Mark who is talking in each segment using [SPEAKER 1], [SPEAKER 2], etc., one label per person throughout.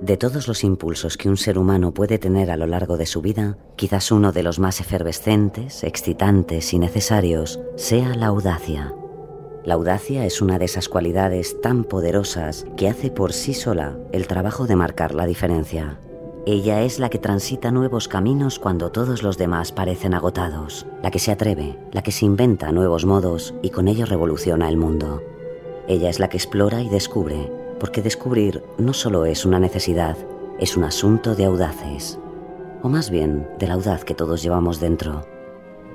[SPEAKER 1] De todos los impulsos que un ser humano puede tener a lo largo de su vida, quizás uno de los más efervescentes, excitantes y necesarios sea la audacia. La audacia es una de esas cualidades tan poderosas que hace por sí sola el trabajo de marcar la diferencia. Ella es la que transita nuevos caminos cuando todos los demás parecen agotados, la que se atreve, la que se inventa nuevos modos y con ello revoluciona el mundo. Ella es la que explora y descubre, porque descubrir no solo es una necesidad, es un asunto de audaces, o más bien del audaz que todos llevamos dentro.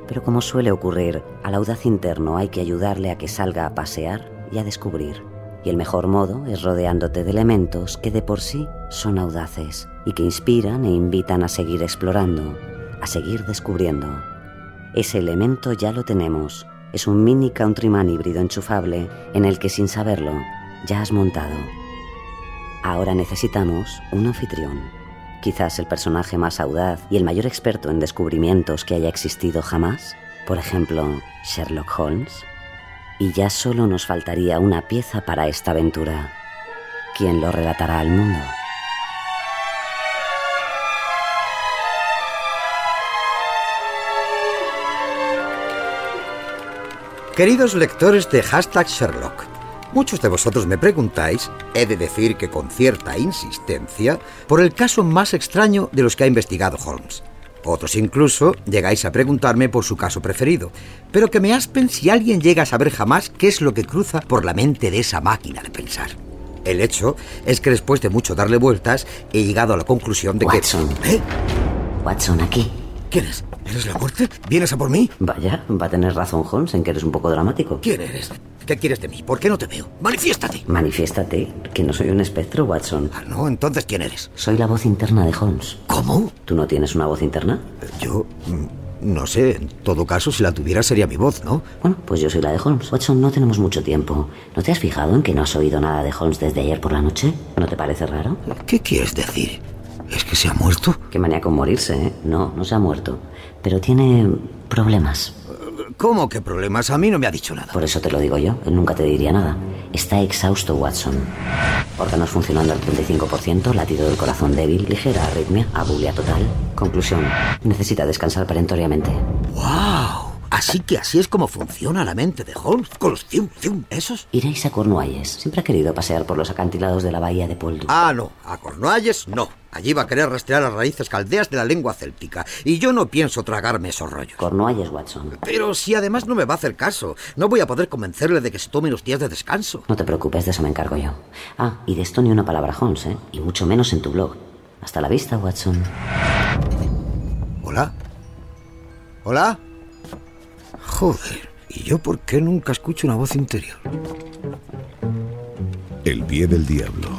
[SPEAKER 1] Pero como suele ocurrir, al audaz interno hay que ayudarle a que salga a pasear y a descubrir. Y el mejor modo es rodeándote de elementos que de por sí son audaces y que inspiran e invitan a seguir explorando, a seguir descubriendo. Ese elemento ya lo tenemos. Es un mini countryman híbrido enchufable en el que sin saberlo ya has montado. Ahora necesitamos un anfitrión, quizás el personaje más audaz y el mayor experto en descubrimientos que haya existido jamás, por ejemplo, Sherlock Holmes. Y ya solo nos faltaría una pieza para esta aventura. ¿Quién lo relatará al mundo?
[SPEAKER 2] Queridos lectores de hashtag Sherlock, Muchos de vosotros me preguntáis, he de decir que con cierta insistencia, por el caso más extraño de los que ha investigado Holmes. Otros incluso llegáis a preguntarme por su caso preferido, pero que me aspen si alguien llega a saber jamás qué es lo que cruza por la mente de esa máquina de pensar. El hecho es que después de mucho darle vueltas, he llegado a la conclusión de
[SPEAKER 1] Watson.
[SPEAKER 2] que... ¿Eh?
[SPEAKER 1] Watson aquí.
[SPEAKER 2] ¿Quién es? ¿Eres la muerte? ¿Vienes a por mí?
[SPEAKER 1] Vaya, va a tener razón Holmes en que eres un poco dramático.
[SPEAKER 2] ¿Quién eres? ¿Qué quieres de mí? ¿Por qué no te veo? ¡Manifiéstate!
[SPEAKER 1] Manifiéstate que no soy un espectro, Watson.
[SPEAKER 2] Ah, no, entonces ¿quién eres?
[SPEAKER 1] Soy la voz interna de Holmes.
[SPEAKER 2] ¿Cómo?
[SPEAKER 1] ¿Tú no tienes una voz interna?
[SPEAKER 2] Yo... mm, No sé, en todo caso, si la tuviera sería mi voz, ¿no?
[SPEAKER 1] Bueno, pues yo soy la de Holmes. Watson, no tenemos mucho tiempo. ¿No te has fijado en que no has oído nada de Holmes desde ayer por la noche? ¿No te parece raro?
[SPEAKER 2] ¿Qué quieres decir? ¿Es que se ha muerto?
[SPEAKER 1] Qué manía con morirse, ¿eh? No, no se ha muerto. Pero tiene problemas.
[SPEAKER 2] ¿Cómo que problemas? A mí no me ha dicho nada.
[SPEAKER 1] Por eso te lo digo yo, él nunca te diría nada. Está exhausto Watson. Órganos funcionando al 35%, latido del corazón débil, ligera arritmia, abulia total. Conclusión, necesita descansar perentoriamente.
[SPEAKER 2] ¡Wow! Así que así es como funciona la mente de Holmes, con los fium fium esos.
[SPEAKER 1] Iréis a Cornualles. Siempre ha querido pasear por los acantilados de la bahía de Poldu.
[SPEAKER 2] Ah, no, a Cornualles no. Allí va a querer rastrear las raíces caldeas de la lengua céltica, y yo no pienso tragarme esos rollos.
[SPEAKER 1] Cornualles, Watson.
[SPEAKER 2] Pero si además no me va a hacer caso, no voy a poder convencerle de que se tome los días de descanso.
[SPEAKER 1] No te preocupes, de eso me encargo yo. Ah, y de esto ni una palabra, Holmes, ¿eh? Y mucho menos en tu blog. Hasta la vista, Watson.
[SPEAKER 2] ¿Hola? ¿Hola? Joder, ¿y yo por qué nunca escucho una voz interior?
[SPEAKER 3] El pie del diablo,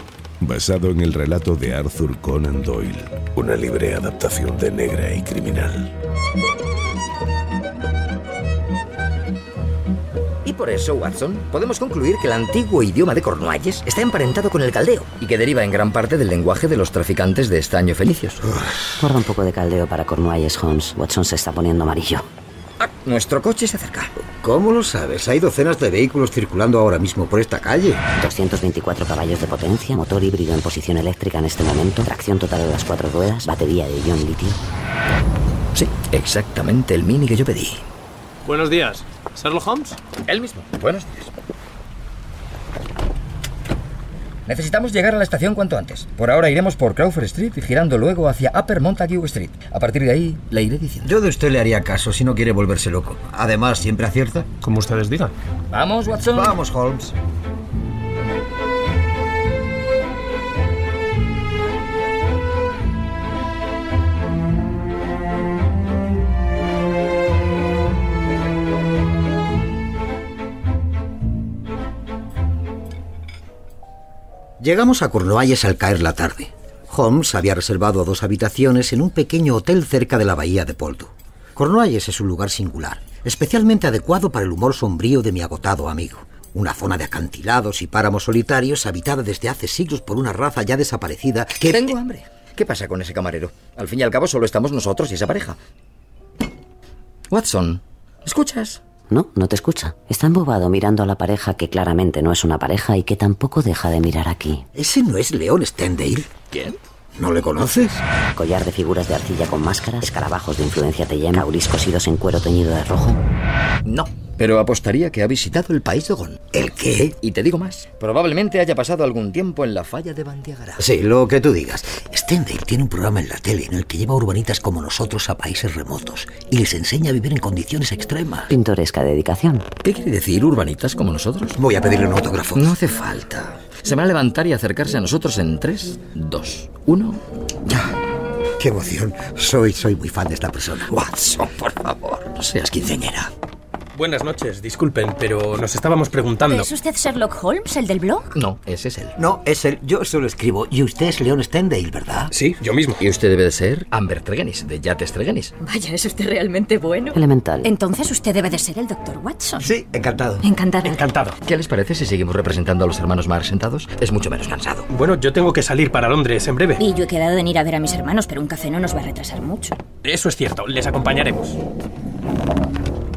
[SPEAKER 3] basado en el relato de Arthur Conan Doyle. Una libre adaptación de Negra y Criminal.
[SPEAKER 4] Y por eso, Watson, podemos concluir que el antiguo idioma de Cornualles está emparentado con el caldeo y que deriva en gran parte del lenguaje de los traficantes de estaño fenicios.
[SPEAKER 1] Guarda un poco de caldeo para Cornualles, Holmes. Watson se está poniendo amarillo.
[SPEAKER 4] Ah, nuestro coche se acerca.
[SPEAKER 2] ¿Cómo lo sabes? Hay docenas de vehículos circulando ahora mismo por esta calle.
[SPEAKER 1] 224 caballos de potencia, motor híbrido en posición eléctrica en este momento, tracción total de las cuatro ruedas, batería de ion litio.
[SPEAKER 4] Sí, exactamente el mini que yo pedí.
[SPEAKER 5] Buenos días. ¿Sherlock Holmes?
[SPEAKER 4] Él mismo. Buenos días. Necesitamos llegar a la estación cuanto antes. Por ahora iremos por Crawford Street y girando luego hacia Upper Montague Street. A partir de ahí le iré diciendo.
[SPEAKER 2] Yo de usted le haría caso si no quiere volverse loco. Además, siempre acierta.
[SPEAKER 5] Como ustedes digan.
[SPEAKER 4] Vamos, Watson.
[SPEAKER 2] Vamos, Holmes. Llegamos a Cornualles al caer la tarde. Holmes había reservado dos habitaciones en un pequeño hotel cerca de la bahía de Poldo. Cornualles es un lugar singular, especialmente adecuado para el humor sombrío de mi agotado amigo. Una zona de acantilados y páramos solitarios habitada desde hace siglos por una raza ya desaparecida que...
[SPEAKER 4] Tengo hambre. ¿Qué pasa con ese camarero? Al fin y al cabo solo estamos nosotros y esa pareja. Watson, ¿escuchas?
[SPEAKER 1] No, no te escucha. Está embobado mirando a la pareja que claramente no es una pareja y que tampoco deja de mirar aquí.
[SPEAKER 2] ¿Ese no es León Stendale?
[SPEAKER 5] ¿Quién?
[SPEAKER 2] ¿No le conoces?
[SPEAKER 1] Collar de figuras de arcilla con máscaras, escarabajos de influencia tellena, auris cosidos en cuero teñido de rojo.
[SPEAKER 4] No. Pero apostaría que ha visitado el país de Gon.
[SPEAKER 2] ¿El qué?
[SPEAKER 4] Y te digo más, probablemente haya pasado algún tiempo en la falla de Bandiagara.
[SPEAKER 2] Sí, lo que tú digas. Stendhal tiene un programa en la tele en el que lleva urbanitas como nosotros a países remotos y les enseña a vivir en condiciones extremas.
[SPEAKER 1] Pintoresca dedicación.
[SPEAKER 4] ¿Qué quiere decir urbanitas como nosotros?
[SPEAKER 2] Voy a pedirle un autógrafo.
[SPEAKER 4] No hace falta. Se van a levantar y acercarse a nosotros en 3, 2, 1.
[SPEAKER 2] ¡Qué emoción! Soy, soy muy fan de esta persona.
[SPEAKER 4] Watson, por favor, no seas quinceñera.
[SPEAKER 5] Buenas noches, disculpen, pero nos estábamos preguntando.
[SPEAKER 6] ¿Es usted Sherlock Holmes, el del blog?
[SPEAKER 4] No, ese es él.
[SPEAKER 2] No, es él. Yo solo escribo. Y usted es León Stendhal, ¿verdad?
[SPEAKER 5] Sí, yo mismo.
[SPEAKER 4] Y usted debe de ser Amber Tregenis, de Yates Tregenis.
[SPEAKER 6] Vaya, es usted realmente bueno.
[SPEAKER 1] Elemental.
[SPEAKER 6] Entonces usted debe de ser el doctor Watson.
[SPEAKER 2] Sí, encantado.
[SPEAKER 6] Encantada.
[SPEAKER 5] Encantado.
[SPEAKER 4] ¿Qué les parece si seguimos representando a los hermanos más sentados? Es mucho menos cansado.
[SPEAKER 5] Bueno, yo tengo que salir para Londres en breve.
[SPEAKER 6] Y yo he quedado en ir a ver a mis hermanos, pero un café no nos va a retrasar mucho.
[SPEAKER 5] Eso es cierto, les acompañaremos.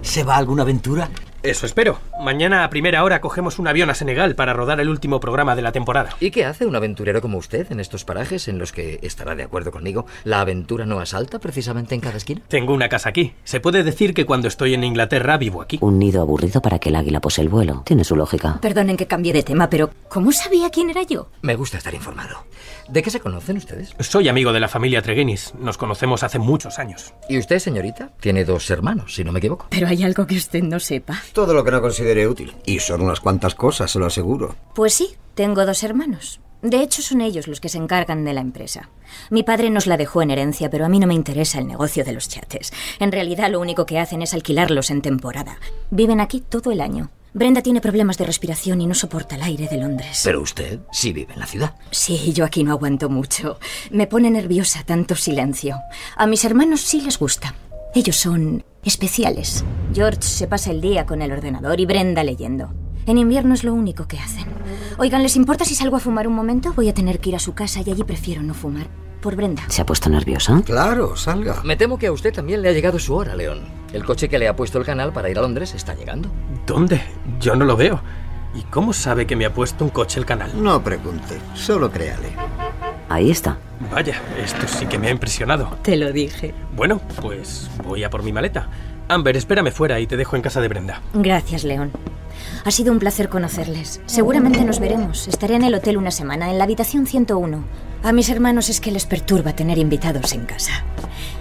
[SPEAKER 2] ¿Se va a alguna aventura?
[SPEAKER 5] Eso espero. Mañana a primera hora cogemos un avión a Senegal para rodar el último programa de la temporada.
[SPEAKER 4] ¿Y qué hace un aventurero como usted en estos parajes en los que, estará de acuerdo conmigo, la aventura no asalta precisamente en cada esquina?
[SPEAKER 5] Tengo una casa aquí. Se puede decir que cuando estoy en Inglaterra vivo aquí.
[SPEAKER 1] Un nido aburrido para que el águila pose el vuelo. Tiene su lógica.
[SPEAKER 6] Perdonen que cambie de tema, pero ¿cómo sabía quién era yo?
[SPEAKER 4] Me gusta estar informado. ¿De qué se conocen ustedes?
[SPEAKER 5] Soy amigo de la familia Treguenis. Nos conocemos hace muchos años.
[SPEAKER 4] ¿Y usted, señorita? Tiene dos hermanos, si no me equivoco.
[SPEAKER 6] Pero hay algo que usted no sepa.
[SPEAKER 2] Todo lo que no considere útil. Y son unas cuantas cosas, se lo aseguro.
[SPEAKER 6] Pues sí, tengo dos hermanos. De hecho, son ellos los que se encargan de la empresa. Mi padre nos la dejó en herencia, pero a mí no me interesa el negocio de los yates. En realidad, lo único que hacen es alquilarlos en temporada. Viven aquí todo el año. Brenda tiene problemas de respiración y no soporta el aire de Londres.
[SPEAKER 4] Pero usted sí vive en la ciudad.
[SPEAKER 6] Sí, yo aquí no aguanto mucho. Me pone nerviosa tanto silencio. A mis hermanos sí les gusta. Ellos son especiales. George se pasa el día con el ordenador y Brenda leyendo. En invierno es lo único que hacen. Oigan, ¿les importa si salgo a fumar un momento? Voy a tener que ir a su casa y allí prefiero no fumar. Por Brenda.
[SPEAKER 1] ¿Se ha puesto nerviosa?
[SPEAKER 2] Claro, salga.
[SPEAKER 4] Me temo que a usted también le ha llegado su hora, León. El coche que le ha puesto el canal para ir a Londres está llegando.
[SPEAKER 5] ¿Dónde? Yo no lo veo. ¿Y cómo sabe que me ha puesto un coche el canal?
[SPEAKER 2] No pregunte, solo créale.
[SPEAKER 1] Ahí está.
[SPEAKER 5] Vaya, esto sí que me ha impresionado.
[SPEAKER 6] Te lo dije.
[SPEAKER 5] Bueno, pues voy a por mi maleta. Amber, espérame fuera y te dejo en casa de Brenda.
[SPEAKER 6] Gracias, León. Ha sido un placer conocerles. Seguramente nos veremos. Estaré en el hotel una semana, en la habitación 101. A mis hermanos es que les perturba tener invitados en casa.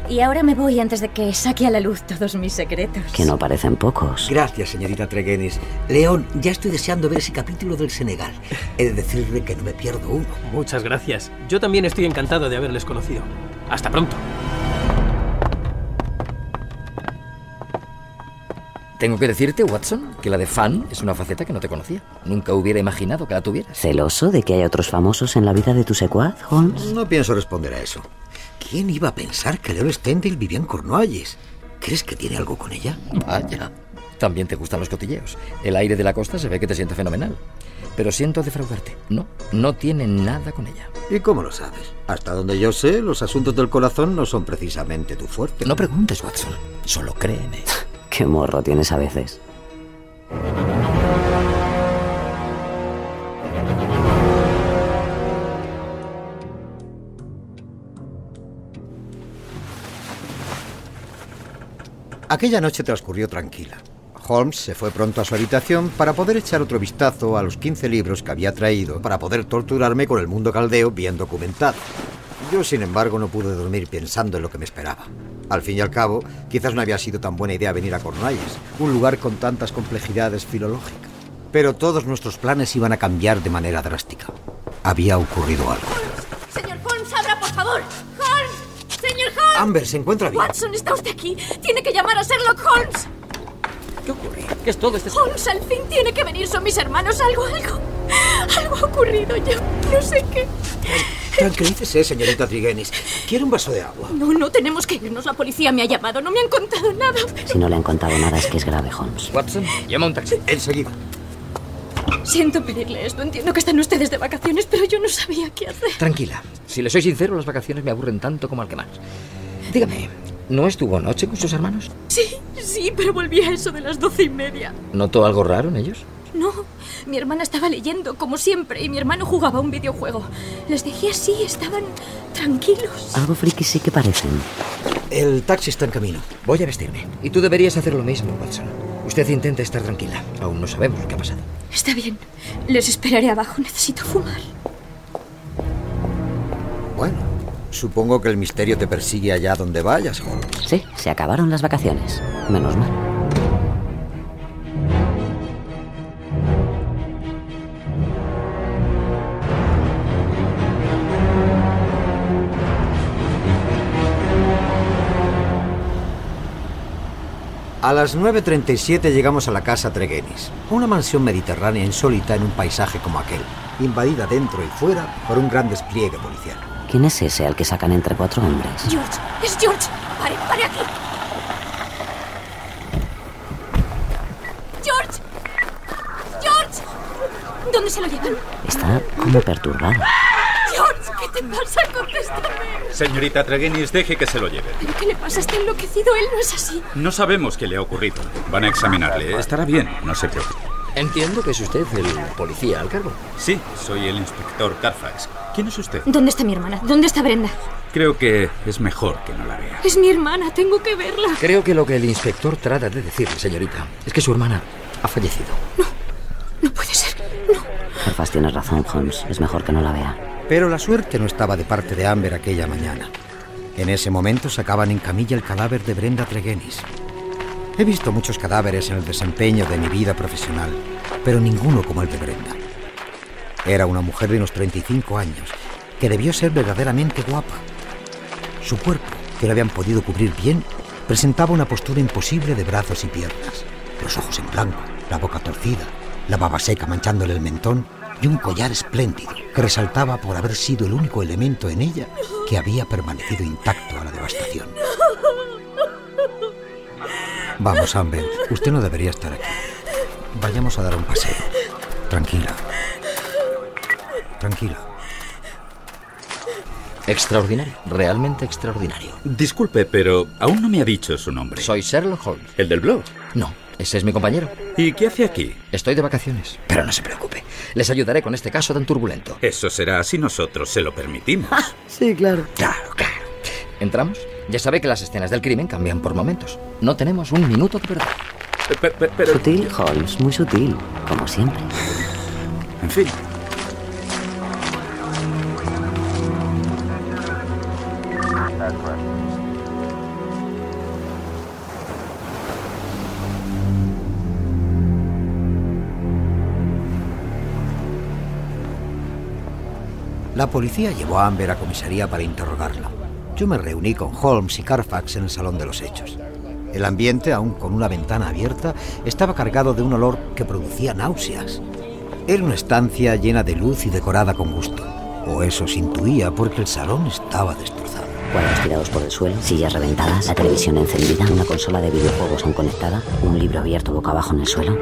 [SPEAKER 6] Y ahora me voy antes de que saque a la luz todos mis secretos.
[SPEAKER 1] Que no parecen pocos.
[SPEAKER 2] Gracias, señorita Treguenis. León, ya estoy deseando ver ese capítulo del Senegal. He de decirle que no me pierdo uno.
[SPEAKER 5] Muchas gracias. Yo también estoy encantado de haberles conocido. Hasta pronto.
[SPEAKER 4] Tengo que decirte, Watson, que la de fan es una faceta que no te conocía. Nunca hubiera imaginado que la tuvieras.
[SPEAKER 1] ¿Celoso de que hay otros famosos en la vida de tu secuaz, Holmes?
[SPEAKER 2] No pienso responder a eso. ¿Quién iba a pensar que León Stendhal vivía en Cornualles? ¿Crees que tiene algo con ella?
[SPEAKER 4] Vaya. También te gustan los cotilleos. El aire de la costa se ve que te sienta fenomenal. Pero siento defraudarte. No, no tiene nada con ella.
[SPEAKER 2] ¿Y cómo lo sabes? Hasta donde yo sé, los asuntos del corazón no son precisamente tu fuerte.
[SPEAKER 4] No preguntes, Watson. Solo créeme.
[SPEAKER 1] Qué morro tienes a veces.
[SPEAKER 2] Aquella noche transcurrió tranquila. Holmes se fue pronto a su habitación para poder echar otro vistazo a los 15 libros que había traído para poder torturarme con el mundo caldeo bien documentado. Yo, sin embargo, no pude dormir pensando en lo que me esperaba. Al fin y al cabo, quizás no había sido tan buena idea venir a Cornualles, un lugar con tantas complejidades filológicas. Pero todos nuestros planes iban a cambiar de manera drástica. Había ocurrido algo.
[SPEAKER 7] Señor Holmes, abra, por favor. Holmes, señor Holmes.
[SPEAKER 2] Amber, ¿se encuentra bien?
[SPEAKER 7] Watson, está usted aquí. Tiene que llamar a Sherlock Holmes.
[SPEAKER 4] ¿Qué ocurre? ¿Qué es todo este...
[SPEAKER 7] Holmes, al fin tiene que venir. Son mis hermanos. Algo, algo. Algo ha ocurrido, yo no sé qué.
[SPEAKER 2] Tranquilícese, señorita Trigenis. ¿Quiere un vaso de agua?
[SPEAKER 7] No, no tenemos que irnos. La policía me ha llamado, no me han contado nada.
[SPEAKER 1] Si no le han contado nada es que es grave, Holmes.
[SPEAKER 4] Watson, llama un taxi.
[SPEAKER 2] Enseguida.
[SPEAKER 7] Siento pedirle esto, entiendo que están ustedes de vacaciones, pero yo no sabía qué hacer.
[SPEAKER 4] Tranquila. Si le soy sincero, las vacaciones me aburren tanto como al que más. Dígame, ¿no estuvo noche con sus hermanos?
[SPEAKER 7] Sí, sí, pero volví a eso de las doce y media.
[SPEAKER 4] ¿Notó algo raro en ellos?
[SPEAKER 7] No, mi hermana estaba leyendo, como siempre, y mi hermano jugaba a un videojuego. Les dejé así, estaban tranquilos.
[SPEAKER 1] Algo friki sí que parecen.
[SPEAKER 2] El taxi está en camino.
[SPEAKER 4] Voy a vestirme. Y tú deberías hacer lo mismo, Watson. Usted intenta estar tranquila. Aún no sabemos lo que ha pasado.
[SPEAKER 7] Está bien, les esperaré abajo, necesito fumar.
[SPEAKER 2] Bueno, supongo que el misterio te persigue allá donde vayas, Holmes.
[SPEAKER 1] Sí, se acabaron las vacaciones. Menos mal.
[SPEAKER 2] A las 9.37 llegamos a la casa Treguenis, una mansión mediterránea insólita en un paisaje como aquel, invadida dentro y fuera por un gran despliegue policial.
[SPEAKER 1] ¿Quién es ese al que sacan entre cuatro hombres?
[SPEAKER 7] George, es George. Pare, pare aquí. George. George. ¿Dónde se lo llevan?
[SPEAKER 1] Está como perturbado.
[SPEAKER 7] George, ¿qué te pasa? Contéstame.
[SPEAKER 8] Señorita Treguenis, deje que se lo lleve.
[SPEAKER 7] ¿Pero qué le pasa? Está enloquecido, él no es así.
[SPEAKER 8] No sabemos qué le ha ocurrido. Van a examinarle. Estará bien, no se preocupe.
[SPEAKER 4] Entiendo que es usted el policía al cargo.
[SPEAKER 8] Sí, soy el inspector Carfax. ¿Quién es usted?
[SPEAKER 7] ¿Dónde está mi hermana? ¿Dónde está Brenda?
[SPEAKER 8] Creo que es mejor que no la vea.
[SPEAKER 7] Es mi hermana, tengo que verla.
[SPEAKER 4] Creo que lo que el inspector trata de decirle, señorita, es que su hermana ha fallecido.
[SPEAKER 7] No puede ser.
[SPEAKER 1] Carfas, tienes razón, Holmes. Es mejor que no la vea.
[SPEAKER 2] Pero la suerte no estaba de parte de Amber aquella mañana. En ese momento sacaban en camilla el cadáver de Brenda Tregenis. He visto muchos cadáveres en el desempeño de mi vida profesional, pero ninguno como el de Brenda. Era una mujer de unos 35 años, que debió ser verdaderamente guapa. Su cuerpo, que lo habían podido cubrir bien, presentaba una postura imposible de brazos y piernas. Los ojos en blanco, la boca torcida, la baba seca manchándole el mentón y un collar espléndido que resaltaba por haber sido el único elemento en ella que había permanecido intacto a la devastación. Vamos, Amber, usted no debería estar aquí. Vayamos a dar un paseo. Tranquila. Tranquila.
[SPEAKER 4] Extraordinario, realmente extraordinario.
[SPEAKER 8] Disculpe, pero aún no me ha dicho su nombre.
[SPEAKER 4] Soy Sherlock Holmes.
[SPEAKER 8] el del blog.
[SPEAKER 4] No, ese es mi compañero.
[SPEAKER 8] ¿Y qué hace aquí?
[SPEAKER 4] Estoy de vacaciones. Pero no se preocupe. Les ayudaré con este caso tan turbulento.
[SPEAKER 8] Eso será si nosotros se lo permitimos.
[SPEAKER 1] Sí, claro.
[SPEAKER 4] Claro, claro. ¿Entramos? Ya sabe que las escenas del crimen cambian por momentos. No tenemos un minuto que perder.
[SPEAKER 8] Pe- pe- pe- Eh, Pero,
[SPEAKER 1] Sutil, Holmes, muy sutil, como siempre.
[SPEAKER 8] en fin.
[SPEAKER 2] La policía llevó a Amber a comisaría para interrogarla. Yo me reuní con Holmes y Carfax en el salón de los hechos. El ambiente, aun con una ventana abierta, estaba cargado de un olor que producía náuseas. Era una estancia llena de luz y decorada con gusto. O eso se intuía porque el salón estaba destrozado.
[SPEAKER 1] Cuadros tirados por el suelo, sillas reventadas, la televisión encendida, una consola de videojuegos aún conectada, un libro abierto boca abajo en el suelo.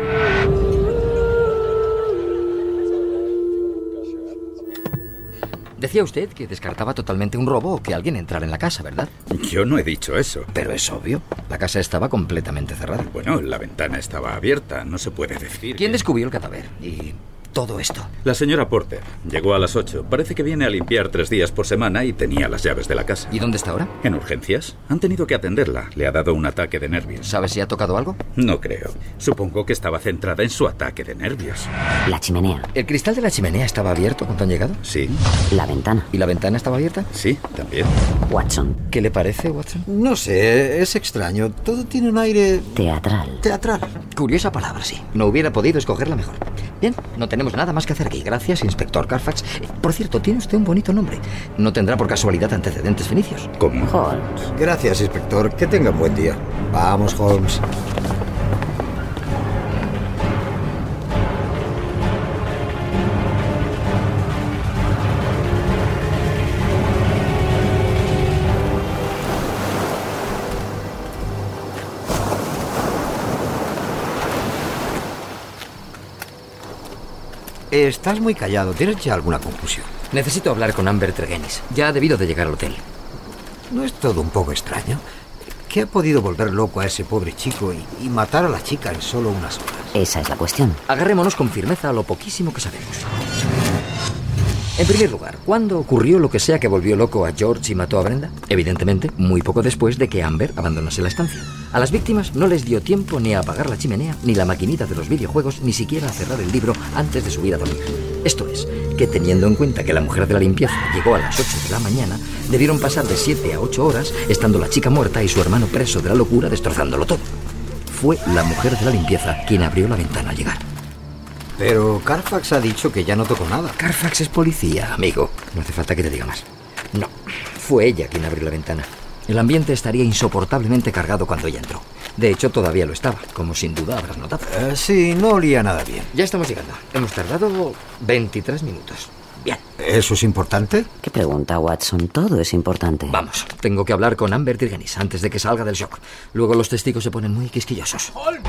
[SPEAKER 4] Decía usted que descartaba totalmente un robo o que alguien entrara en la casa, ¿verdad?
[SPEAKER 8] Yo no he dicho eso.
[SPEAKER 4] Pero es obvio. La casa estaba completamente cerrada.
[SPEAKER 8] Bueno, la ventana estaba abierta, no se puede decir.
[SPEAKER 4] ¿Quién
[SPEAKER 8] que-
[SPEAKER 4] descubrió el cadáver? Y todo esto.
[SPEAKER 8] La señora Porter. Llegó a las 8. Parece que viene a limpiar tres días por semana y tenía las llaves de la casa.
[SPEAKER 4] ¿Y dónde está ahora?
[SPEAKER 8] ¿En urgencias? Han tenido que atenderla. Le ha dado un ataque de nervios.
[SPEAKER 4] ¿Sabe si ha tocado algo?
[SPEAKER 8] No creo. Supongo que estaba centrada en su ataque de nervios.
[SPEAKER 1] La chimenea,
[SPEAKER 4] ¿El cristal de la chimenea estaba abierto cuando han llegado?
[SPEAKER 8] Sí,
[SPEAKER 1] la ventana.
[SPEAKER 4] ¿Y la ventana estaba abierta?
[SPEAKER 8] sí, también.
[SPEAKER 1] Watson,
[SPEAKER 4] ¿Qué le parece, Watson?
[SPEAKER 2] No sé, es extraño. Todo tiene un aire
[SPEAKER 1] teatral.
[SPEAKER 2] teatral.
[SPEAKER 4] Curiosa palabra, sí. No hubiera podido escogerla mejor. Bien, no tenemos nada más que hacer aquí. Gracias, inspector Carfax. Eh, Por cierto, tiene usted un bonito nombre. No tendrá por casualidad antecedentes fenicios.
[SPEAKER 8] ¿Cómo?
[SPEAKER 1] Holmes,
[SPEAKER 2] Gracias, inspector. Que tenga buen día. Vamos, Holmes. Estás muy callado. ¿Tienes ya alguna conclusión?
[SPEAKER 4] Necesito hablar con Amber Tregenis. Ya ha debido de llegar al hotel.
[SPEAKER 2] ¿No es todo un poco extraño? ¿Qué ha podido volver loco a ese pobre chico y, y matar a la chica en solo unas horas?
[SPEAKER 1] Esa es la cuestión.
[SPEAKER 4] Agarrémonos con firmeza a lo poquísimo que sabemos. En primer lugar, ¿cuándo ocurrió lo que sea que volvió loco a George y mató a Brenda? Evidentemente, muy poco después de que Amber abandonase la estancia. A las víctimas no les dio tiempo ni a apagar la chimenea, ni la maquinita de los videojuegos, ni siquiera a cerrar el libro antes de subir a dormir. Esto es, que teniendo en cuenta que la mujer de la limpieza llegó a las 8 de la mañana, debieron pasar de 7 a 8 horas, estando la chica muerta y su hermano preso de la locura destrozándolo todo. Fue la mujer de la limpieza quien abrió la ventana al llegar.
[SPEAKER 2] Pero Carfax ha dicho que ya no tocó nada.
[SPEAKER 4] Carfax es policía, amigo. No hace falta que te diga más. No, fue ella quien abrió la ventana. El ambiente estaría insoportablemente cargado cuando ella entró. De hecho, todavía lo estaba, como sin duda habrás notado.
[SPEAKER 2] Eh, sí, no olía nada bien.
[SPEAKER 4] Ya estamos llegando. Hemos tardado 23 minutos. Bien.
[SPEAKER 2] ¿Eso es importante?
[SPEAKER 1] ¿Qué pregunta, Watson? Todo es importante.
[SPEAKER 4] Vamos, tengo que hablar con Amber Tirgenis antes de que salga del shock. Luego los testigos se ponen muy quisquillosos.
[SPEAKER 5] ¡Holmes!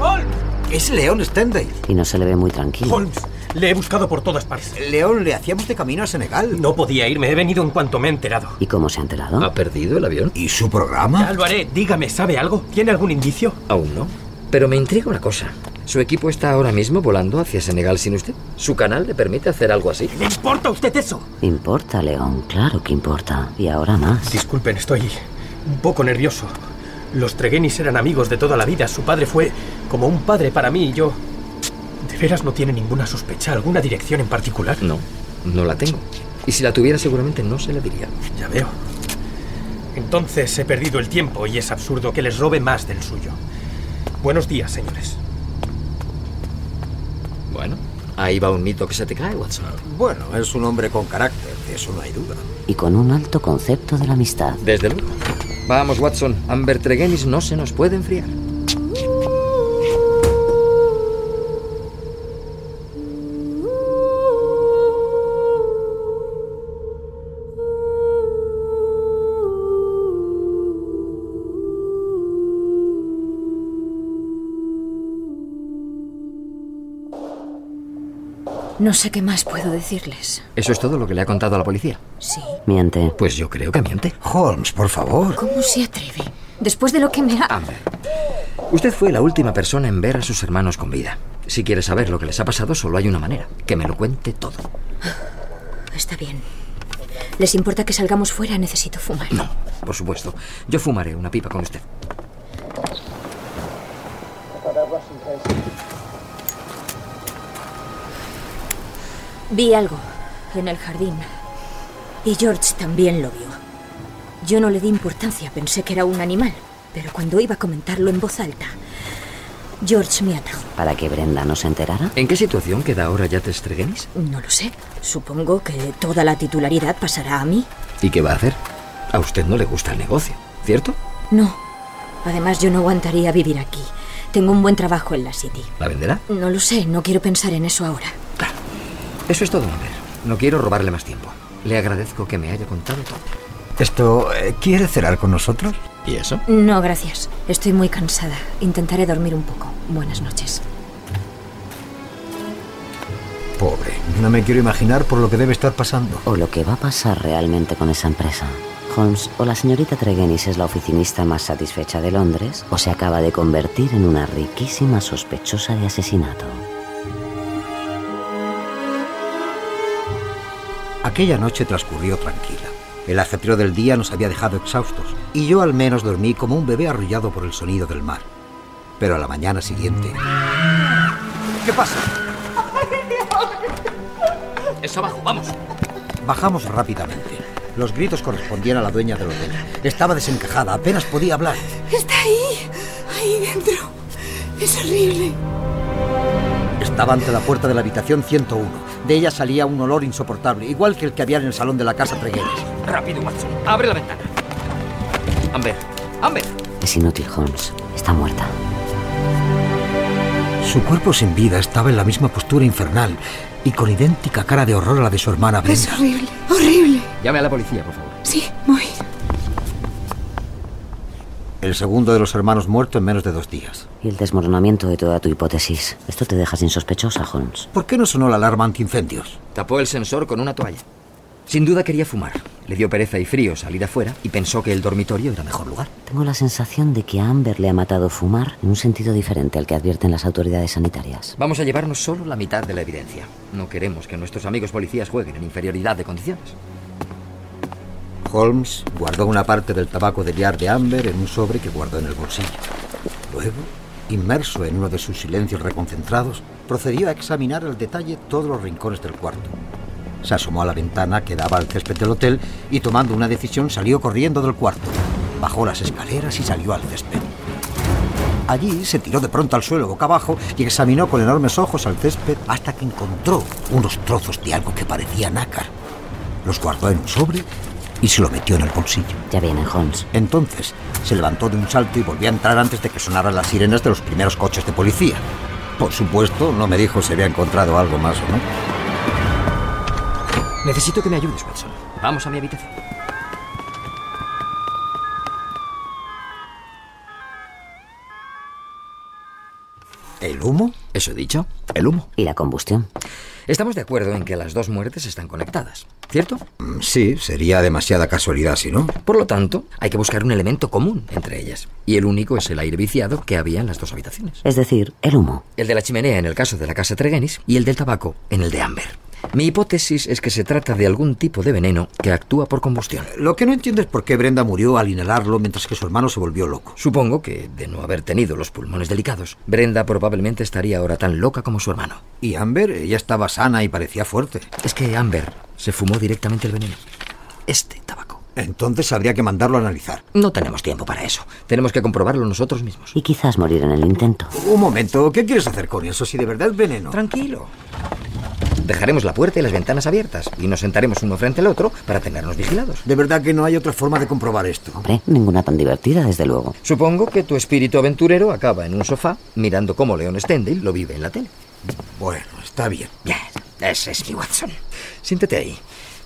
[SPEAKER 5] ¡Holmes!
[SPEAKER 2] Es León Stendhal.
[SPEAKER 1] Y no se le ve muy tranquilo.
[SPEAKER 5] ¡Holmes! Le he buscado por todas partes.
[SPEAKER 2] León, le hacíamos de camino a Senegal.
[SPEAKER 5] No podía irme, he venido en cuanto me he enterado.
[SPEAKER 1] ¿Y cómo se ha enterado?
[SPEAKER 4] ¿Ha perdido el avión?
[SPEAKER 2] ¿Y su programa?
[SPEAKER 5] Ya lo haré. Dígame, ¿sabe algo? ¿Tiene algún indicio?
[SPEAKER 4] Aún no. Pero me intriga una cosa. ¿Su equipo está ahora mismo volando hacia Senegal sin usted? ¿Su canal le permite hacer algo así?
[SPEAKER 5] ¿Le importa a usted eso?
[SPEAKER 1] Importa, León. Claro que importa. Y ahora más.
[SPEAKER 5] Disculpen, estoy un poco nervioso. Los Tregenis eran amigos de toda la vida. Su padre fue como un padre para mí y yo. ¿De veras no tiene ninguna sospecha, alguna dirección en particular?
[SPEAKER 4] No, no la tengo. Y si la tuviera seguramente no se la diría.
[SPEAKER 2] Mm.
[SPEAKER 5] Ya veo. Entonces he perdido el tiempo y es absurdo que les robe más del suyo. Buenos días, señores.
[SPEAKER 4] Bueno, ahí va un mito que se te cae, Watson.
[SPEAKER 2] Bueno, es un hombre con carácter, de eso no hay duda.
[SPEAKER 1] Y con un alto concepto de la amistad.
[SPEAKER 4] Desde luego. Vamos, Watson. Amber Tregenis no se nos puede enfriar.
[SPEAKER 6] No sé qué más puedo decirles.
[SPEAKER 4] Eso es todo lo que le ha contado a la policía.
[SPEAKER 6] Sí.
[SPEAKER 1] Miente.
[SPEAKER 4] Pues yo creo que miente.
[SPEAKER 2] Holmes, por favor.
[SPEAKER 6] ¿Cómo se atreve? Después de lo que me
[SPEAKER 7] Ah,
[SPEAKER 6] ha...
[SPEAKER 4] Amber, usted fue la última persona en ver a sus hermanos con vida. Si quiere saber lo que les ha pasado, solo hay una manera. Que me lo cuente todo.
[SPEAKER 6] Está bien. ¿Les importa que salgamos fuera? Necesito fumar.
[SPEAKER 4] No, por supuesto. Yo fumaré una pipa con usted.
[SPEAKER 6] Vi algo en el jardín. Y George también lo vio. Yo no le di importancia, pensé que era un animal. Pero cuando iba a comentarlo en voz alta, George me atajó.
[SPEAKER 1] ¿Para que Brenda no se enterara?
[SPEAKER 4] ¿En qué situación queda ahora ya te estreguenis?
[SPEAKER 6] No lo sé. Supongo que toda la titularidad pasará a mí.
[SPEAKER 4] ¿Y qué va a hacer? A usted no le gusta el negocio, ¿cierto?
[SPEAKER 6] No. Además, yo no aguantaría vivir aquí. Tengo un buen trabajo en la City.
[SPEAKER 4] ¿La venderá?
[SPEAKER 6] No lo sé, no quiero pensar en eso ahora.
[SPEAKER 4] Claro. Eso es todo, Amber. No quiero robarle más tiempo. Le agradezco que me haya contado todo.
[SPEAKER 2] Esto, eh, ¿quiere cenar con nosotros?
[SPEAKER 4] ¿Y eso?
[SPEAKER 6] No, gracias. Estoy muy cansada. Intentaré dormir un poco. Buenas noches.
[SPEAKER 2] Pobre, no me quiero imaginar por lo que debe estar pasando.
[SPEAKER 1] ¿O lo que va a pasar realmente con esa empresa? Holmes, o la señorita Tregenis es la oficinista más satisfecha de Londres, o se acaba de convertir en una riquísima sospechosa de asesinato.
[SPEAKER 2] Aquella noche transcurrió tranquila. El ajetreo del día nos había dejado exhaustos y yo al menos dormí como un bebé arrullado por el sonido del mar. Pero a la mañana siguiente... ¿Qué pasa?
[SPEAKER 4] Es abajo, vamos.
[SPEAKER 2] Bajamos rápidamente. Los gritos correspondían a la dueña del hotel. Estaba desencajada, apenas podía hablar.
[SPEAKER 9] Está ahí, ahí dentro. Es horrible.
[SPEAKER 2] Estaba ante la puerta de la habitación 101. De ella salía un olor insoportable, igual que el que había en el salón de la casa Tregueres.
[SPEAKER 4] Rápido, Watson. Abre la ventana. Amber, Amber.
[SPEAKER 1] Es inútil, Holmes. Está muerta.
[SPEAKER 2] Su cuerpo sin vida estaba en la misma postura infernal y con idéntica cara de horror a la de su hermana
[SPEAKER 9] Es
[SPEAKER 2] Brenda.
[SPEAKER 9] horrible, horrible.
[SPEAKER 4] Llame a la policía, por favor.
[SPEAKER 9] Sí, voy.
[SPEAKER 2] El segundo de los hermanos muerto en menos de dos días.
[SPEAKER 1] Y el desmoronamiento de toda tu hipótesis. Esto te deja sin sospechosa, Holmes.
[SPEAKER 2] ¿Por qué no sonó la alarma antiincendios?
[SPEAKER 4] Tapó el sensor con una toalla. Sin duda quería fumar. Le dio pereza y frío salir afuera y pensó que el dormitorio era mejor lugar.
[SPEAKER 1] Tengo la sensación de que a Amber le ha matado fumar en un sentido diferente al que advierten las autoridades sanitarias.
[SPEAKER 4] Vamos a llevarnos solo la mitad de la evidencia. No queremos que nuestros amigos policías jueguen en inferioridad de condiciones.
[SPEAKER 2] Holmes guardó una parte del tabaco de liar de Amber en un sobre que guardó en el bolsillo. Luego, inmerso en uno de sus silencios reconcentrados, procedió a examinar al detalle todos los rincones del cuarto. Se asomó a la ventana que daba al césped del hotel y tomando una decisión salió corriendo del cuarto. Bajó las escaleras y salió al césped. Allí se tiró de pronto al suelo boca abajo y examinó con enormes ojos al césped hasta que encontró unos trozos de algo que parecía nácar. Los guardó en un sobre y se lo metió en el bolsillo.
[SPEAKER 1] Ya viene Holmes.
[SPEAKER 2] Entonces se levantó de un salto y volvió a entrar antes de que sonaran las sirenas de los primeros coches de policía. Por supuesto, no me dijo si había encontrado algo más o no.
[SPEAKER 4] Necesito que me ayudes, Watson. Vamos a mi habitación.
[SPEAKER 2] ¿El humo?
[SPEAKER 4] Eso he dicho.
[SPEAKER 2] El humo.
[SPEAKER 1] Y la combustión.
[SPEAKER 4] Estamos de acuerdo en que las dos muertes están conectadas, ¿cierto?
[SPEAKER 2] Mm, Sí, sería demasiada casualidad si no.
[SPEAKER 4] Por lo tanto, hay que buscar un elemento común entre ellas. Y el único es el aire viciado que había en las dos habitaciones.
[SPEAKER 1] Es decir, el humo.
[SPEAKER 4] El de la chimenea en el caso de la casa Tregenis y el del tabaco en el de Amber. Mi hipótesis es que se trata de algún tipo de veneno que actúa por combustión.
[SPEAKER 2] Lo que no entiendo es por qué Brenda murió al inhalarlo mientras que su hermano se volvió loco.
[SPEAKER 4] Supongo que, de no haber tenido los pulmones delicados, Brenda probablemente estaría ahora tan loca como su hermano.
[SPEAKER 2] Y Amber, ella estaba sana y parecía fuerte.
[SPEAKER 4] Es que Amber se fumó directamente el veneno. Este tabaco.
[SPEAKER 2] Entonces habría que mandarlo a analizar.
[SPEAKER 4] No tenemos tiempo para eso. Tenemos que comprobarlo nosotros mismos.
[SPEAKER 1] Y quizás morir en el intento.
[SPEAKER 2] Un momento, ¿qué quieres hacer con eso si de verdad es veneno?
[SPEAKER 4] Tranquilo. Dejaremos la puerta y las ventanas abiertas y nos sentaremos uno frente al otro para tenernos vigilados.
[SPEAKER 2] De verdad que no hay otra forma de comprobar esto.
[SPEAKER 1] Hombre, ninguna tan divertida, desde luego.
[SPEAKER 4] Supongo que tu espíritu aventurero acaba en un sofá mirando cómo León Stendhal lo vive en la tele.
[SPEAKER 2] Bueno, está bien.
[SPEAKER 4] Bien, ese es mi Watson. Siéntate ahí.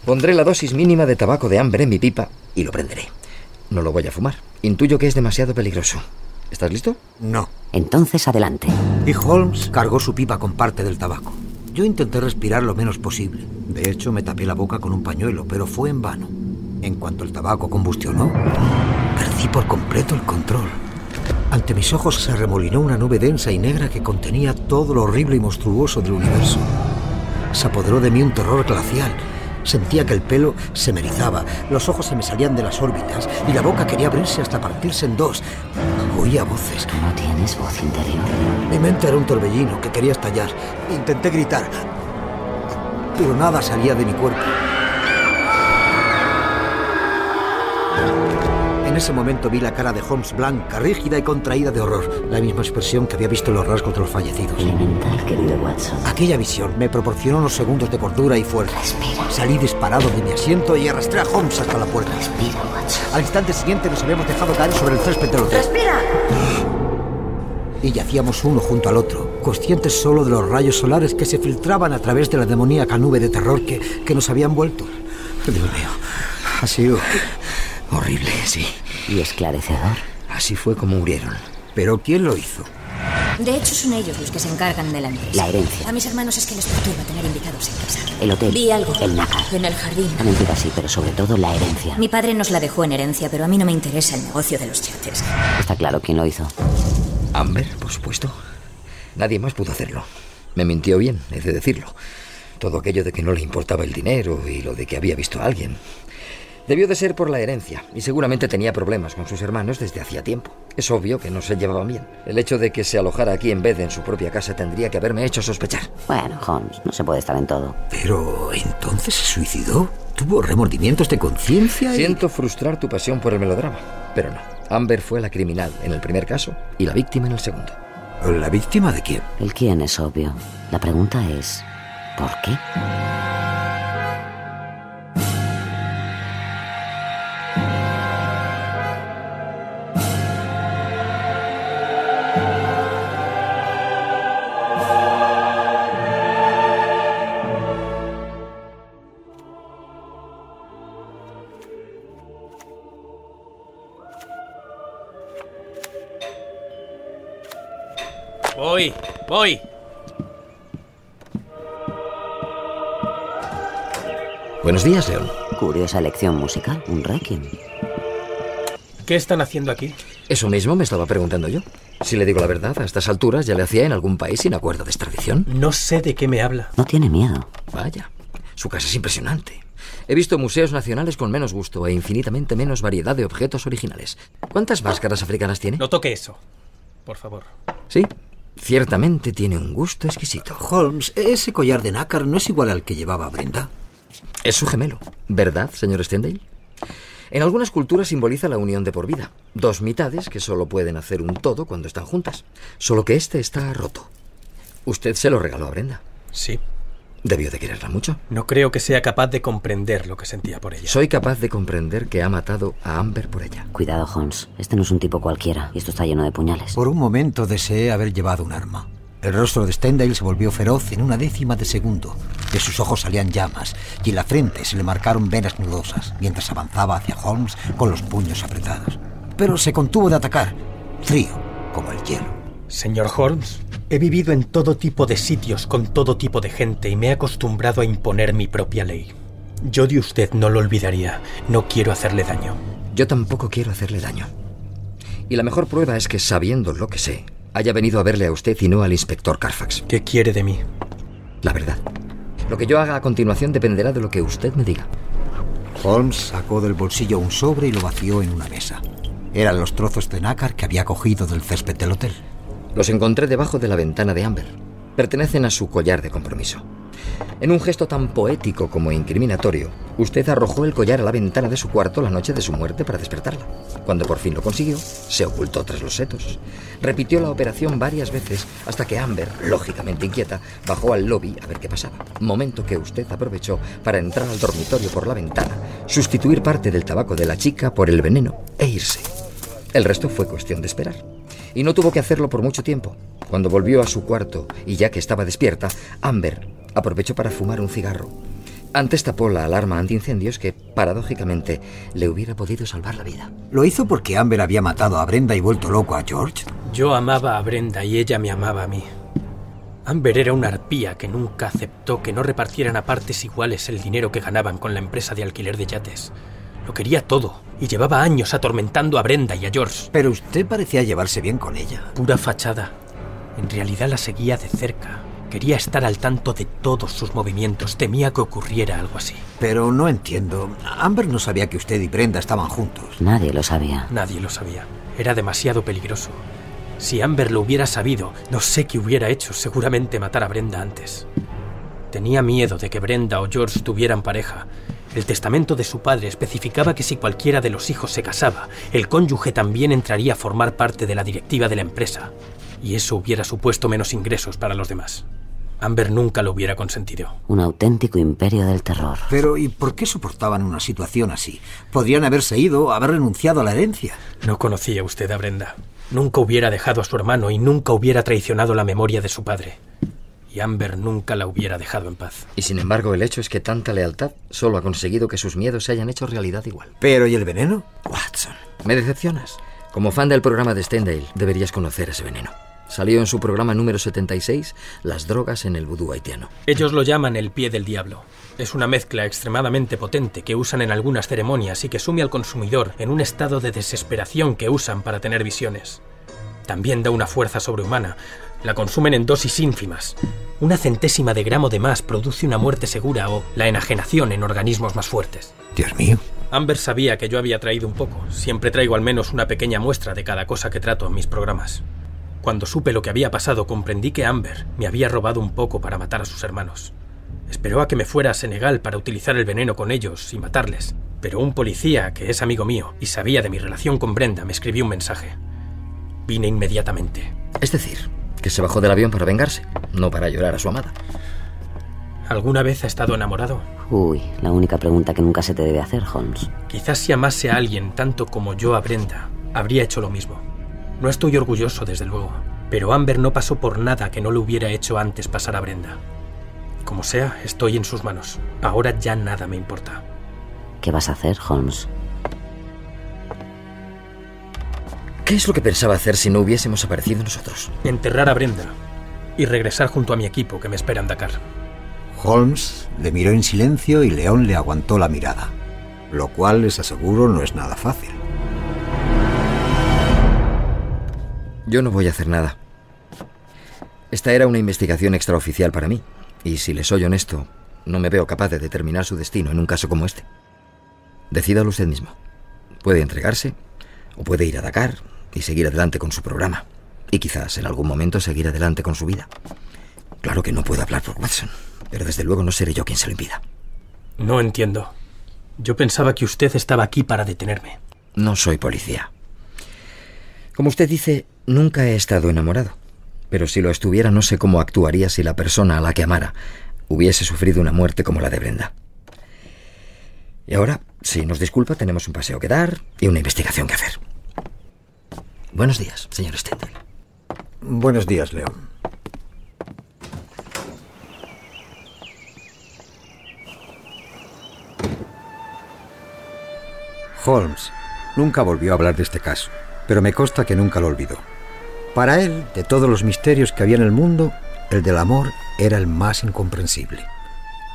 [SPEAKER 4] Pondré la dosis mínima de tabaco de hambre en mi pipa y lo prenderé. No lo voy a fumar. Intuyo que es demasiado peligroso. ¿Estás listo?
[SPEAKER 2] No.
[SPEAKER 1] Entonces, adelante.
[SPEAKER 2] Y Holmes cargó su pipa con parte del tabaco. Yo intenté respirar lo menos posible. De hecho, me tapé la boca con un pañuelo, pero fue en vano. En cuanto el tabaco combustionó, perdí por completo el control. Ante mis ojos se remolinó una nube densa y negra que contenía todo lo horrible y monstruoso del universo. Se apoderó de mí un terror glacial. Sentía que el pelo se me erizaba, los ojos se me salían de las órbitas y la boca quería abrirse hasta partirse en dos. Oía voces,
[SPEAKER 1] Tú no tienes voz interior.
[SPEAKER 2] mi mente era un torbellino que quería estallar. Intenté gritar, pero nada salía de mi cuerpo. En ese momento vi la cara de Holmes blanca, rígida y contraída de horror, la misma expresión que había visto en los rasgos de los fallecidos.
[SPEAKER 1] Elemental, querido Watson.
[SPEAKER 2] Aquella visión me proporcionó unos segundos de cordura y fuerza.
[SPEAKER 1] Respira.
[SPEAKER 2] Salí disparado de mi asiento y arrastré a Holmes hasta la puerta.
[SPEAKER 1] Respira, Watson.
[SPEAKER 2] Al instante siguiente nos habíamos dejado caer sobre el césped del hotel.
[SPEAKER 9] ¡Respira!
[SPEAKER 2] y yacíamos uno junto al otro, conscientes solo de los rayos solares que se filtraban a través de la demoníaca nube de terror que, que nos había envuelto. Dios mío, ha sido
[SPEAKER 4] Horrible, sí.
[SPEAKER 1] Y esclarecedor.
[SPEAKER 4] Así fue como murieron.
[SPEAKER 2] ¿Pero quién lo hizo?
[SPEAKER 6] De hecho, son ellos los que se encargan de la empresa.
[SPEAKER 1] La herencia.
[SPEAKER 6] A mis hermanos es que les perturba tener invitados en casa.
[SPEAKER 1] El hotel.
[SPEAKER 6] Vi algo.
[SPEAKER 1] El nácar.
[SPEAKER 6] En el jardín.
[SPEAKER 1] La mentira sí, pero sobre todo la herencia.
[SPEAKER 6] Mi padre nos la dejó en herencia, pero a mí no me interesa el negocio de los yates.
[SPEAKER 1] Está claro quién lo hizo.
[SPEAKER 4] Amber, por supuesto. Nadie más pudo hacerlo. Me mintió bien, he de decirlo. Todo aquello de que no le importaba el dinero y lo de que había visto a alguien. Debió de ser por la herencia, y seguramente tenía problemas con sus hermanos desde hacía tiempo. Es obvio que no se llevaban bien. El hecho de que se alojara aquí en vez de en su propia casa tendría que haberme hecho sospechar.
[SPEAKER 1] Bueno, Holmes, no se puede estar en todo.
[SPEAKER 2] Pero entonces se suicidó. Tuvo remordimientos de conciencia. y-
[SPEAKER 4] Siento frustrar tu pasión por el melodrama, pero no. Amber fue la criminal en el primer caso y la víctima en el segundo.
[SPEAKER 2] ¿La víctima de quién?
[SPEAKER 1] El quién es obvio. La pregunta es, ¿por qué?
[SPEAKER 5] Voy, voy.
[SPEAKER 4] Buenos días, León.
[SPEAKER 1] Curiosa elección musical, un requiem.
[SPEAKER 5] ¿Qué están haciendo aquí?
[SPEAKER 4] Eso mismo me estaba preguntando yo. Si le digo la verdad, a estas alturas ya le hacía en algún país sin acuerdo de extradición.
[SPEAKER 5] No sé de qué me habla.
[SPEAKER 1] No tiene miedo.
[SPEAKER 4] Vaya, su casa es impresionante. He visto museos nacionales con menos gusto e infinitamente menos variedad de objetos originales. ¿Cuántas máscaras africanas tiene?
[SPEAKER 5] No toque eso. Por favor.
[SPEAKER 4] Sí, ciertamente tiene un gusto exquisito.
[SPEAKER 2] Holmes, ese collar de nácar no es igual al que llevaba Brenda.
[SPEAKER 4] Es su gemelo, ¿verdad, señor Stendhal? En algunas culturas simboliza la unión de por vida. Dos mitades que solo pueden hacer un todo cuando están juntas. Solo que este está roto. Usted se lo regaló a Brenda.
[SPEAKER 5] Sí.
[SPEAKER 4] Debió de quererla mucho.
[SPEAKER 5] No creo que sea capaz de comprender lo que sentía por ella.
[SPEAKER 4] Soy capaz de comprender que ha matado a Amber por ella.
[SPEAKER 1] Cuidado, Holmes. Este no es un tipo cualquiera y esto está lleno de puñales.
[SPEAKER 2] Por un momento deseé haber llevado un arma. El rostro de Stendhal se volvió feroz en una décima de segundo. De sus ojos salían llamas y en la frente se le marcaron venas nudosas mientras avanzaba hacia Holmes con los puños apretados. Pero se contuvo de atacar, frío como el hielo.
[SPEAKER 5] Señor Holmes, he vivido en todo tipo de sitios con todo tipo de gente y me he acostumbrado a imponer mi propia ley. Yo de usted no lo olvidaría. No quiero hacerle daño.
[SPEAKER 4] Yo tampoco quiero hacerle daño. Y la mejor prueba es que sabiendo lo que sé, haya venido a verle a usted y no al inspector Carfax.
[SPEAKER 5] ¿Qué quiere de mí?
[SPEAKER 4] La verdad. Lo que yo haga a continuación dependerá de lo que usted me diga.
[SPEAKER 2] Holmes sacó del bolsillo un sobre y lo vació en una mesa. Eran los trozos de nácar que había cogido del césped del hotel.
[SPEAKER 4] Los encontré debajo de la ventana de Amber. Pertenecen a su collar de compromiso. En un gesto tan poético como incriminatorio, usted arrojó el collar a la ventana de su cuarto la noche de su muerte para despertarla. Cuando por fin lo consiguió, se ocultó tras los setos. Repitió la operación varias veces hasta que Amber, lógicamente inquieta, bajó al lobby a ver qué pasaba. Momento que usted aprovechó para entrar al dormitorio por la ventana, sustituir parte del tabaco de la chica por el veneno e irse. El resto fue cuestión de esperar. Y no tuvo que hacerlo por mucho tiempo. Cuando volvió a su cuarto y ya que estaba despierta, Amber aprovechó para fumar un cigarro. Antes tapó la alarma antiincendios que, paradójicamente, le hubiera podido salvar la vida.
[SPEAKER 2] ¿Lo hizo porque Amber había matado a Brenda y vuelto loco a George?
[SPEAKER 5] Yo amaba a Brenda y ella me amaba a mí. Amber era una arpía que nunca aceptó que no repartieran a partes iguales el dinero que ganaban con la empresa de alquiler de yates. Lo quería todo y llevaba años atormentando a Brenda y a George.
[SPEAKER 2] Pero usted parecía llevarse bien con ella.
[SPEAKER 5] Pura fachada. En realidad la seguía de cerca. Quería estar al tanto de todos sus movimientos. Temía que ocurriera algo así.
[SPEAKER 2] Pero no entiendo. Amber no sabía que usted y Brenda estaban juntos.
[SPEAKER 1] Nadie lo sabía.
[SPEAKER 5] Nadie lo sabía. Era demasiado peligroso. Si Amber lo hubiera sabido, no sé qué hubiera hecho. Seguramente matar a Brenda antes. Tenía miedo de que Brenda o George tuvieran pareja. El testamento de su padre especificaba que si cualquiera de los hijos se casaba, el cónyuge también entraría a formar parte de la directiva de la empresa. Y eso hubiera supuesto menos ingresos para los demás. Amber nunca lo hubiera consentido.
[SPEAKER 1] Un auténtico imperio del terror.
[SPEAKER 2] Pero ¿y por qué soportaban una situación así? Podrían haberse ido, haber renunciado a la herencia.
[SPEAKER 5] No conocía usted a Brenda. Nunca hubiera dejado a su hermano y nunca hubiera traicionado la memoria de su padre. Y Amber nunca la hubiera dejado en paz.
[SPEAKER 4] Y sin embargo, el hecho es que tanta lealtad solo ha conseguido que sus miedos se hayan hecho realidad igual.
[SPEAKER 2] Pero ¿y el veneno?
[SPEAKER 4] Watson, me decepcionas. Como fan del programa de Stendhal, deberías conocer ese veneno. Salió en su programa número 76, Las drogas en el vudú haitiano.
[SPEAKER 5] Ellos lo llaman el pie del diablo. Es una mezcla extremadamente potente que usan en algunas ceremonias y que sume al consumidor en un estado de desesperación que usan para tener visiones. También da una fuerza sobrehumana. La consumen en dosis ínfimas. Una centésima de gramo de más produce una muerte segura o la enajenación en organismos más fuertes.
[SPEAKER 2] Dios mío.
[SPEAKER 5] Amber sabía que yo había traído un poco. Siempre traigo al menos una pequeña muestra de cada cosa que trato en mis programas. Cuando supe lo que había pasado, comprendí que Amber me había robado un poco para matar a sus hermanos. Esperó a que me fuera a Senegal para utilizar el veneno con ellos y matarles, pero un policía, que es amigo mío y sabía de mi relación con Brenda, me escribió un mensaje. Vine inmediatamente.
[SPEAKER 4] Es decir, que se bajó del avión para vengarse, no para llorar a su amada.
[SPEAKER 5] ¿Alguna vez ha estado enamorado?
[SPEAKER 1] Uy, la única pregunta que nunca se te debe hacer, Holmes.
[SPEAKER 5] Quizás si amase a alguien tanto como yo a Brenda, habría hecho lo mismo. No estoy orgulloso, desde luego, pero Amber no pasó por nada que no le hubiera hecho antes pasar a Brenda. Como sea, estoy en sus manos. Ahora ya nada me importa.
[SPEAKER 1] ¿Qué vas a hacer, Holmes?
[SPEAKER 4] ¿Qué es lo que pensaba hacer si no hubiésemos aparecido nosotros?
[SPEAKER 5] Enterrar a Brenda y regresar junto a mi equipo que me espera en Dakar.
[SPEAKER 2] Holmes le miró en silencio y León le aguantó la mirada, lo cual les aseguro no es nada fácil.
[SPEAKER 4] Yo no voy a hacer nada. Esta era una investigación extraoficial para mí, y si le soy honesto, no me veo capaz de determinar su destino en un caso como este. Decídalo usted mismo. Puede entregarse, o puede ir a Dakar y seguir adelante con su programa, y quizás en algún momento seguir adelante con su vida. Claro que no puedo hablar por Watson, pero desde luego no seré yo quien se lo impida.
[SPEAKER 5] No entiendo. Yo pensaba que usted estaba aquí para detenerme.
[SPEAKER 4] No soy policía. Como usted dice, nunca he estado enamorado. Pero si lo estuviera, no sé cómo actuaría si la persona a la que amara hubiese sufrido una muerte como la de Brenda. Y ahora, si nos disculpa, tenemos un paseo que dar y una investigación que hacer. Buenos días, señor Stendhal.
[SPEAKER 2] Buenos días, León. Holmes nunca volvió a hablar de este caso, pero me consta que nunca lo olvidó. Para él, de todos los misterios que había en el mundo, el del amor era el más incomprensible.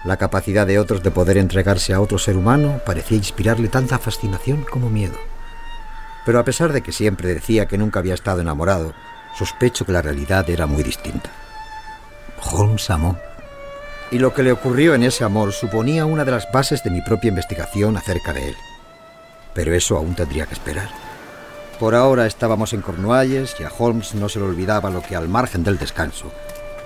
[SPEAKER 2] La capacidad de otros de poder entregarse a otro ser humano parecía inspirarle tanta fascinación como miedo. Pero a pesar de que siempre decía que nunca había estado enamorado, sospecho que la realidad era muy distinta. Holmes amó. Y lo que le ocurrió en ese amor suponía una de las bases de mi propia investigación acerca de él. Pero eso aún tendría que esperar. Por ahora estábamos en Cornualles y a Holmes no se le olvidaba lo que al margen del descanso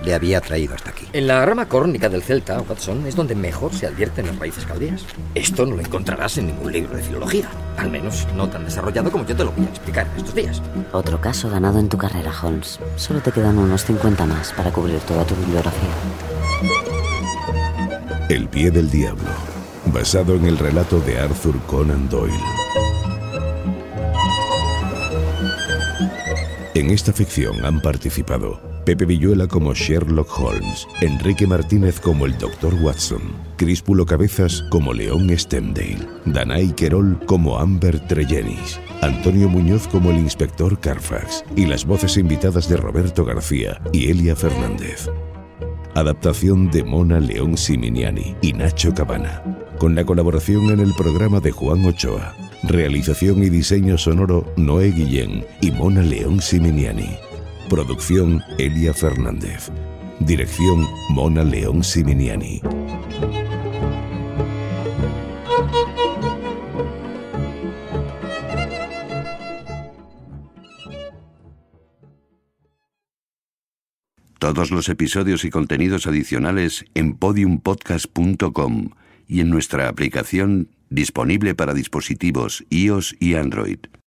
[SPEAKER 2] le había traído hasta aquí.
[SPEAKER 4] En la rama córnica del celta, Watson, es donde mejor se advierten las raíces caldeas. Esto no lo encontrarás en ningún libro de filología, al menos no tan desarrollado como yo te lo voy a explicar estos días.
[SPEAKER 1] Otro caso ganado en tu carrera, Holmes. Solo te quedan unos 50 más para cubrir toda tu bibliografía.
[SPEAKER 3] El pie del diablo, basado en el relato de Arthur Conan Doyle. En esta ficción han participado Pepe Villuela como Sherlock Holmes, Enrique Martínez como el Dr. Watson, Críspulo Cabezas como León Stemdale, Danai Querol como Amber Treyenis, Antonio Muñoz como el Inspector Carfax y las voces invitadas de Roberto García y Elia Fernández. Adaptación de Mona León Siminiani y Nacho Cabana, con la colaboración en el programa de Juan Ochoa. Realización y diseño sonoro Noé Guillén y Mona León Siminiani. Producción Elia Fernández. Dirección Mona León Siminiani.
[SPEAKER 10] Todos los episodios y contenidos adicionales en podiumpodcast.com y en nuestra aplicación disponible para dispositivos iOS y Android.